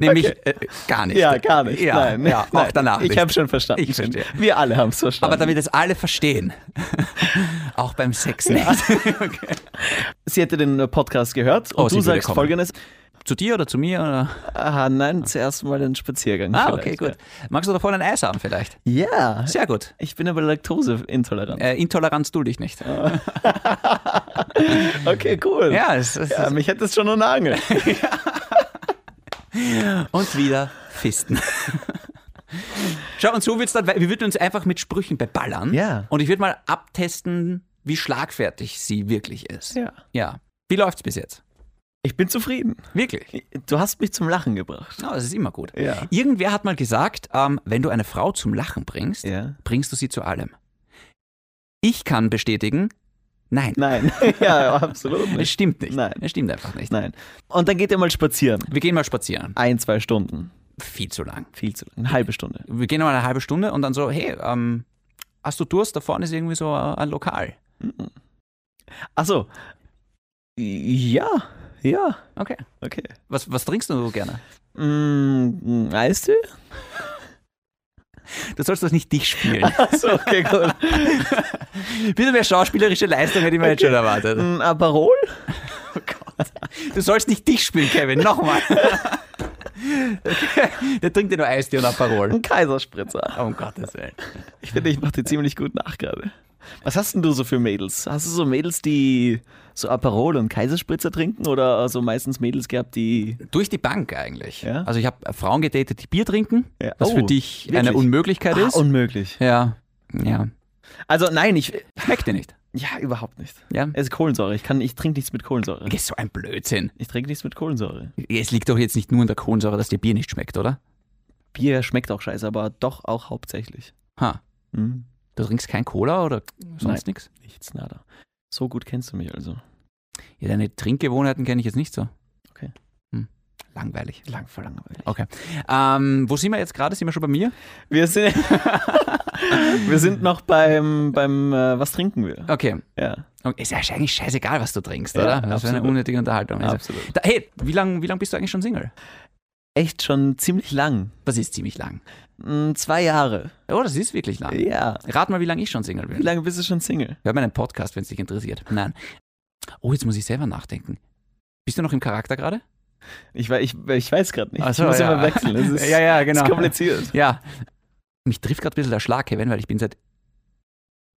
Nämlich äh, gar nicht.
Ja, gar nicht.
Ja,
Nein,
ja auch
Nein.
danach
Ich
nicht.
habe schon verstanden.
Ich verstehe.
Wir alle haben es verstanden.
Aber damit es alle verstehen. (laughs) auch beim Sex (laughs) nicht.
sie hätte den äh, Podcast gehört und
Oh, sie
du
würde
sagst
kommen.
folgendes.
Zu dir oder zu mir? Oder?
Aha, nein, zuerst mal den Spaziergang.
Ah,
vielleicht.
okay, gut. Magst du davon ein Eis haben vielleicht?
Ja.
Sehr gut.
Ich bin aber laktoseintolerant.
Äh, Intoleranz du dich nicht.
Ah. Okay, cool.
Ja, es, es,
Ja, mich hätte es schon an der Angel.
Und wieder
(laughs)
fisten. Schau, und so wird's dann, wei- wir würden uns einfach mit Sprüchen beballern.
(laughs) Ja.
Und ich würde mal abtesten, wie schlagfertig sie wirklich ist.
Ja.
Ja. Wie läuft's bis jetzt?
Ich bin zufrieden.
Wirklich?
Du hast mich zum Lachen gebracht.
Ja, das ist immer gut.
Ja.
Irgendwer hat mal gesagt, ähm, wenn du eine Frau zum Lachen bringst,
Ja.
bringst du sie zu allem. Ich kann bestätigen, nein.
(laughs) Nein. ja, absolut
Es
nicht.
stimmt nicht.
Nein.
Es stimmt einfach nicht.
Nein. Und dann geht ihr mal spazieren.
Wir gehen mal spazieren.
Ein, zwei Stunden.
Viel zu lang.
Viel zu lang. Eine halbe Stunde.
wir gehen mal eine halbe Stunde und dann so, hey, ähm, hast du Durst? Da vorne ist irgendwie so äh, ein Lokal.
Achso. Ja. Ja.
Okay.
Okay.
Was, was trinkst du so gerne?
Mm, Eistee?
Du sollst das nicht dich spielen.
Achso, okay, gut.
(laughs) Bitte mehr schauspielerische Leistung hätte ich mir jetzt schon erwartet.
(laughs) Mm, Aperol?
Du sollst nicht dich spielen, Kevin. Nochmal. Okay. Der trinkt ja nur Eistee und Aperol.
Ein Kaiserspritzer.
Oh, um Gottes Willen.
Ich finde, ich mache dir ziemlich gut nach gerade. Was hast denn du so für Mädels? Hast du so Mädels, die so Aperol und Kaiserspritzer trinken oder so meistens Mädels gehabt, die.
Durch die Bank eigentlich.
Ja?
Also ich habe Frauen gedatet, die Bier trinken,
Ja.
was
Oh,
für dich eine
wirklich?
Unmöglichkeit ist.
unmöglich.
ja, ja.
Ah, Also nein, ich.
Schmeckt dir nicht.
Ja, überhaupt nicht.
Ja.
Es ist Kohlensäure. Ich kann, ich trinke nichts mit Kohlensäure.
Ist so ein Blödsinn.
Ich trinke nichts mit Kohlensäure.
Es liegt doch jetzt nicht nur an der Kohlensäure, dass dir Bier nicht schmeckt, oder?
Bier schmeckt auch scheiße, aber doch auch hauptsächlich.
Ha.
Hm.
Du trinkst kein Cola oder sonst nichts?
Nichts, nada. So gut kennst du mich also.
Ja, deine Trinkgewohnheiten kenne ich jetzt nicht so.
Okay.
Hm. Langweilig.
Lang voll langweilig.
Okay. Ähm, wo sind wir jetzt gerade? Sind wir schon bei mir?
Wir sind, (laughs) wir sind noch beim, beim äh, was trinken wir?
Okay.
Ja.
okay. Ist ja eigentlich scheißegal, was du trinkst,
Ja,
oder? Das wäre eine
absolut.
unnötige Unterhaltung. Also,
Absolut.
Da, hey, wie lange wie lang bist du eigentlich schon Single?
Echt schon ziemlich lang.
Das ist ziemlich lang.
Mm, zwei Jahre.
Oh, das ist wirklich lang.
Ja.
Rat mal, wie lange ich schon Single
Wie
bin.
lange bist du schon Single?
Hör meinen Podcast, wenn es dich interessiert. Nein. Oh, jetzt muss ich selber nachdenken. Bist du noch im Charakter gerade?
Ich, wei- ich, ich weiß gerade nicht.
Ach so,
ich muss
ja.
immer
(laughs)
wechseln. (laughs) Es ist,
Ja, ja,
es
genau.
ist kompliziert.
Ja. Mich trifft gerade ein bisschen der Schlag, Kevin, weil ich bin seit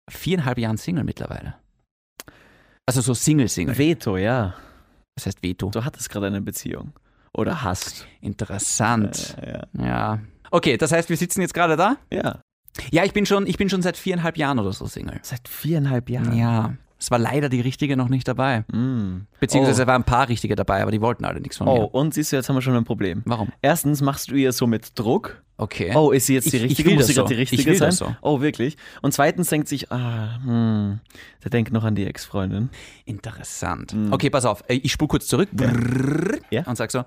viereinhalb Jahren Single mittlerweile. Also so Single-Single.
Veto, ja.
Das heißt Veto.
Du hattest gerade eine Beziehung. Oder hast.
Interessant.
Äh, ja.
Ja, Okay, das heißt, wir sitzen jetzt gerade da?
Ja.
Ja, ich bin schon, ich bin schon seit viereinhalb Jahren oder so Single.
Seit viereinhalb Jahren.
Ja. Es war leider die richtige noch nicht dabei.
Mm.
Beziehungsweise waren ein paar richtige dabei, aber die wollten alle nichts von
Oh,
mir.
und siehst du, jetzt haben wir schon ein Problem.
Warum?
Erstens machst du ihr so mit Druck.
Okay.
Oh, ist sie jetzt die
Ich- ich
richtige?
will
Muss
das
sie gerade
so.
die
Ich
richtige
will
sein?
das so.
Oh, wirklich? Und zweitens denkt sich, ah, hm, der denkt noch an die Ex-Freundin.
Interessant. Okay, pass auf. Äh, Ich spule kurz zurück Brrrr.
Hm. Ja.
und sag so: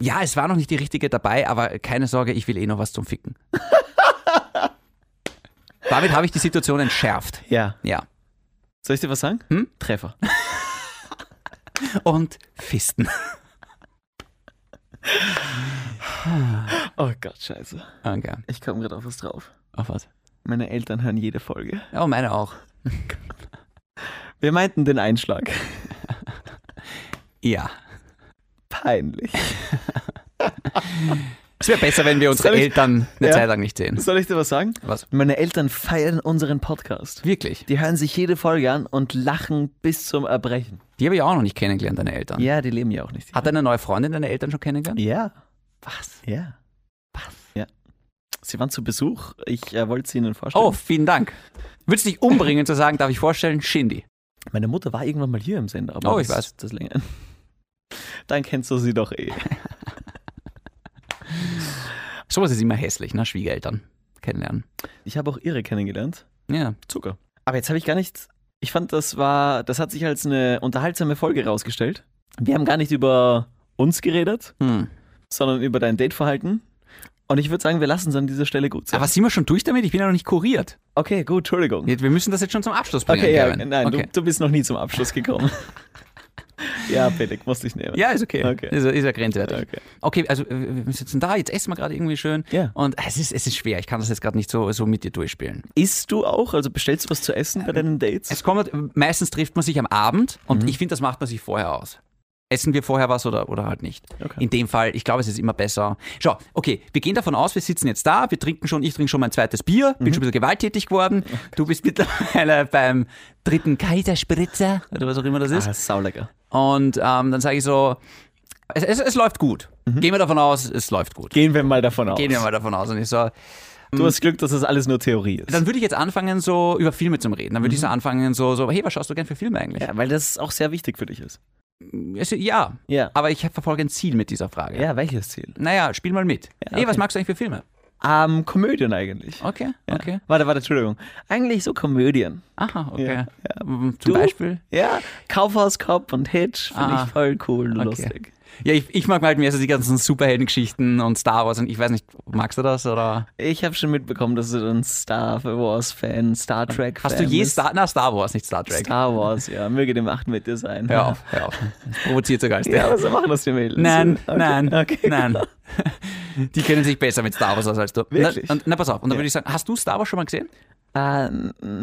Ja, es war noch nicht die richtige dabei, aber keine Sorge, ich will eh noch was zum Ficken.
(laughs)
Damit habe ich die Situation entschärft.
Ja.
Ja.
Soll ich dir was sagen?
Hm?
Treffer.
Und
(laughs)
Fisten.
Oh Gott, scheiße.
Okay.
Ich komme gerade auf was drauf.
Auf was?
Meine Eltern hören jede Folge.
Ja, meine auch.
Wir meinten den Einschlag. (laughs)
Ja.
Peinlich.
Es wäre besser,
(laughs)
wenn wir unsere
Soll ich-
Eltern eine
Ja.
Zeit lang nicht sehen.
Soll ich dir was sagen?
Was?
Meine Eltern feiern unseren Podcast.
Wirklich?
Die hören sich jede Folge an und lachen bis zum Erbrechen.
Die habe ich auch noch nicht kennengelernt, deine Eltern.
Ja, die leben ja auch nicht.
Hat deine neue Freundin deine Eltern schon kennengelernt?
ja.
Was?
Ja. Was? Ja. Sie waren zu Besuch. Ich äh, wollte sie Ihnen vorstellen.
Oh, vielen Dank. Würdest dich umbringen zu sagen, darf ich vorstellen, Shindy.
Meine Mutter war irgendwann mal hier im Sender. Aber
Oh, ich
das,
weiß.
Das länger. Dann kennst du sie doch eh.
Sowas ist immer hässlich, ne? Schwiegereltern kennenlernen.
Ich habe auch ihre kennengelernt.
Ja.
Zucker. Aber jetzt habe ich gar nicht. Ich fand, das war. Das hat sich als eine unterhaltsame Folge rausgestellt. Wir haben gar nicht über uns geredet,
Hm.
sondern über dein Dateverhalten. Und ich würde sagen, wir lassen es an dieser Stelle gut sein.
Aber sind wir schon durch damit? Ich bin ja noch nicht kuriert.
okay, gut, Entschuldigung.
Wir wir müssen das jetzt schon zum Abschluss bringen,
Okay, ja,
Kevin.
nein,
okay.
Du, du bist noch nie zum
(laughs)
Abschluss gekommen. ja, Felix, musste ich nehmen.
Ja, ist okay.
Okay.
Ist, ist ja grenzwertig.
Okay.
Okay, also äh, wir sitzen da, jetzt essen wir gerade irgendwie schön.
Ja.
Und es ist, es ist schwer, ich kann das jetzt gerade nicht so, so mit dir durchspielen.
Isst du auch? Also bestellst du was zu essen bei deinen Dates?
Es kommt, meistens trifft man sich am Abend und
Mhm.
ich finde, das macht man sich vorher aus. Essen wir vorher was oder, oder halt nicht.
Okay.
In dem Fall, ich glaube, es ist immer besser. Schau, okay, wir gehen davon aus, wir sitzen jetzt da, wir trinken schon, ich trinke schon mein zweites Bier,
Mhm.
bin schon ein bisschen gewalttätig geworden.
Oh
du bist (laughs) mittlerweile beim dritten Kaiserspritzer oder was auch immer das ist.
ah, saulecker.
Und ähm, dann sage ich so, es, es, es läuft gut. Gehen wir davon aus, es läuft gut.
Mhm. Gehen wir mal davon aus.
Gehen wir mal davon aus. Und ich so,
Du hast Glück, dass das alles nur Theorie ist.
dann würde ich jetzt anfangen, so über Filme zu reden. Dann
Mhm.
würde ich so anfangen, so, so, hey, was schaust du gern für Filme eigentlich?
ja, weil das auch sehr wichtig für dich ist.
Es- ja.
Ja.
Aber ich verfolge ein Ziel mit dieser Frage.
Ja, welches Ziel?
Naja, spiel mal mit. Hey, was
okay.
magst du eigentlich für Filme?
Ähm, Komödien eigentlich.
Okay, Oh, okay.
Warte, warte, Entschuldigung. Eigentlich so Komödien.
Aha, okay.
Ja,
Mm, Zum
Du?
Beispiel?
Ja, Kaufhaus Cop und Hitch finde
Ah.
ich voll cool und
Okay.
lustig.
Ja, ich, ich mag halt mehr so die ganzen Superheldengeschichten und Star Wars und ich weiß nicht, magst du das oder?
Ich habe schon mitbekommen, dass du ein Star Wars Fan, Star Trek Fan
Hast du je
bist.
Star, na, Star Wars, nicht Star Trek.
Star Wars, ja, möge die Macht mit dir sein.
Hör auf, hör auf. Das provoziert sogar als der.
(laughs) Ja, was machen das die Mädels?
Nein,
Okay,
nein,
okay. (laughs)
nein. Die kennen sich besser mit Star Wars aus als du.
Wirklich?
Na, und, na pass auf, und dann würde ich sagen, hast du Star Wars schon mal gesehen?
Ah,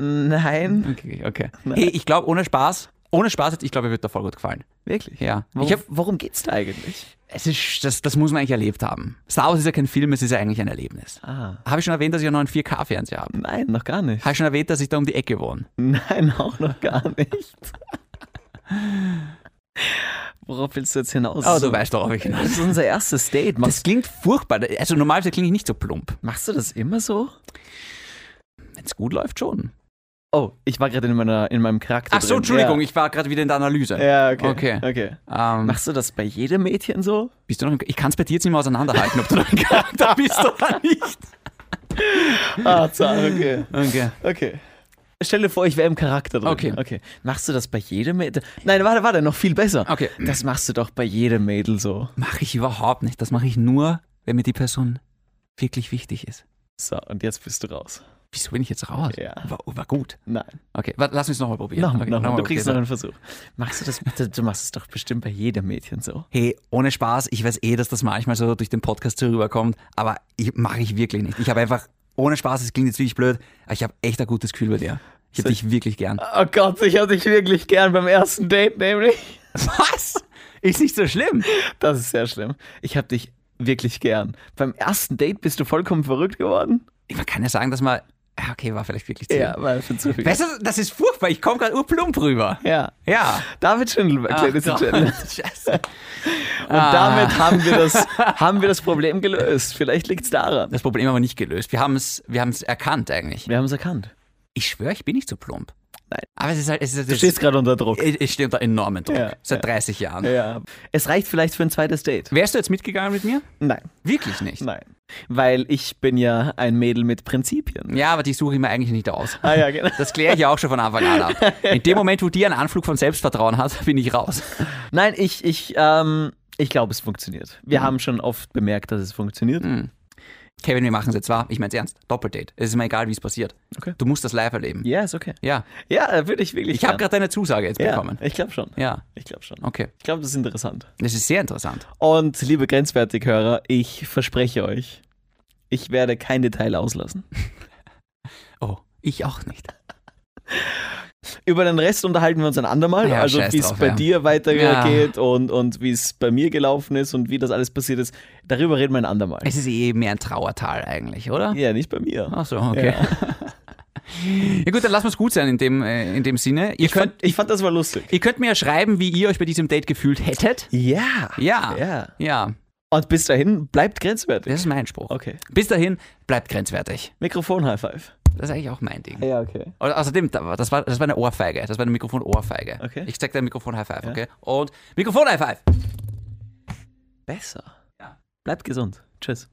nein,
Okay, okay. Hey, ich glaube, ohne Spaß, ohne Spaß jetzt, ich glaube, er wird dir voll gut gefallen.
wirklich.
Ja.
Worum,
Ich hab,
worum geht's da eigentlich?
Es ist, das, das muss man eigentlich erlebt haben. Star Wars ist ja kein Film, es ist ja eigentlich ein Erlebnis.
Ah.
Habe ich schon erwähnt, dass ich auch noch einen 4K-Fernseher habe?
Nein, noch gar nicht.
Habe ich schon erwähnt, dass ich da um die Ecke wohne?
(laughs) Nein, auch noch gar nicht. Worauf willst du jetzt hinaus?
Oh, du weißt, worauf ich hinaus.
Das ist unser erstes Date.
Das
Machst,
klingt furchtbar. Also normalerweise klinge ich nicht so plump.
machst du das immer so?
Wenn es gut läuft, schon.
Oh, ich war gerade in, meiner- in meinem Charakter.
Ach so,
drin.
Entschuldigung, ich war gerade wieder in der Analyse.
Ja, ja okay.
Okay. Ähm,
Machst du das bei jedem Mädchen so?
bist du noch, im- ich kann es bei dir jetzt nicht mehr auseinanderhalten, ob du noch ein Charakter (laughs) bist oder nicht.
Ah, zahl, okay.
Okay.
Okay. Stell dir vor, ich wäre im Charakter drin.
Okay.
okay. Machst du das bei jedem Mädel? Nein, warte, warte, noch viel besser.
Okay.
Das machst du doch bei jedem Mädel so.
Mache ich überhaupt nicht. Das mache ich nur, wenn mir die Person wirklich wichtig ist.
So, und jetzt bist du raus.
Wieso bin ich jetzt raus?
Ja.
War, war gut.
Nein.
Okay, wa- lass uns nochmal probieren.
Nochmal,
okay,
nochmal.
nochmal,
Du kriegst
okay,
noch einen Versuch. Machst du das bitte? Du machst es doch bestimmt bei jedem Mädchen so.
Hey, ohne Spaß, ich weiß eh, dass das manchmal so durch den Podcast so rüberkommt, aber ich, mache ich wirklich nicht. Ich habe einfach, ohne Spaß, es klingt jetzt wirklich blöd, aber ich habe echt ein gutes Gefühl bei dir. Ich habe dich wirklich
(laughs)
gern.
Oh Gott, ich hatte dich wirklich gern beim ersten Date, nämlich.
Was? Ist nicht so schlimm.
Das ist sehr schlimm. Ich hab dich wirklich gern. Beim ersten Date bist du vollkommen verrückt geworden.
Man kann ja sagen, dass man Ah, Okay, war vielleicht wirklich zu.
Ja, war schon zu viel.
Weißt du, das ist furchtbar. Ich komme gerade urplump rüber.
Ja.
Ja.
David Schindelberg,
Ach,
Ladies and Gentlemen.
Gott. (laughs) Scheiße.
Und damit haben wir, (laughs) das, haben wir das Problem gelöst. Vielleicht liegt es daran.
Das Problem haben wir nicht gelöst. Wir haben es wir haben's erkannt eigentlich.
Wir haben es erkannt.
Ich schwöre, ich bin nicht so plump.
Nein.
Aber es ist halt. Es ist,
Du stehst gerade unter Druck.
ich, ich stehe unter enormen Druck.
Ja,
Seit 30 Jahren.
Ja. Es reicht vielleicht für ein zweites Date.
Wärst du jetzt mitgegangen mit mir?
Nein,
Wirklich nicht.
nein. Weil ich bin ja ein Mädel mit Prinzipien.
Ja, aber die suche ich mir eigentlich nicht aus.
Ah ja, genau.
Das kläre ich ja auch schon von Anfang an ab. In dem Moment, wo die einen Anflug von Selbstvertrauen hat, bin ich raus.
Nein, ich, ich, ähm, ich glaube, es funktioniert.
Mhm.
Wir haben schon oft bemerkt, dass es funktioniert.
Kevin, wir machen es jetzt wahr. Ich meine es ernst. Doppeldate. Es ist mir egal, wie es passiert.
Okay.
Du musst das live erleben.
Ja, ist okay.
Ja.
Ja, würde ich wirklich.
Ich habe
gern.
gerade deine Zusage jetzt bekommen.
Ja, ich glaube schon.
Ja.
Ich glaube schon.
Okay.
Ich glaube, das ist interessant.
Das ist sehr interessant.
Und liebe Grenzwertig-Hörer, ich verspreche euch, ich werde kein Detail auslassen.
Oh, ich auch nicht.
Über den Rest unterhalten wir uns ein andermal.
Ja,
also
scheiß
wie es
drauf,
bei
ja.
dir
Ja.
weitergeht und, und wie es bei mir gelaufen ist und wie das alles passiert ist. Darüber reden wir ein andermal.
Es ist eh mehr ein Trauertal eigentlich, oder?
Ja, nicht bei mir.
Ach so, okay. Ja. (laughs) gut, dann lassen wir es gut sein in dem, äh, in dem Sinne. Ihr
Ich,
könnt,
fand, ich fand das war lustig.
ihr könnt mir ja schreiben, wie ihr euch bei diesem Date gefühlt hättet.
Ja.
Ja.
Ja.
Ja,
Und bis dahin, bleibt grenzwertig.
das ist mein Spruch.
Okay.
Bis dahin, bleibt grenzwertig.
Mikrofon High Five.
Das ist eigentlich auch mein Ding.
Ja, okay.
Und außerdem, da- das war, das war eine Ohrfeige. Das war eine Mikrofon-Ohrfeige.
Okay.
Ich zeig dir ein Mikrofon-High Five, okay? Und Mikrofon-High Five!
Besser.
Ja.
Bleibt gesund. Tschüss.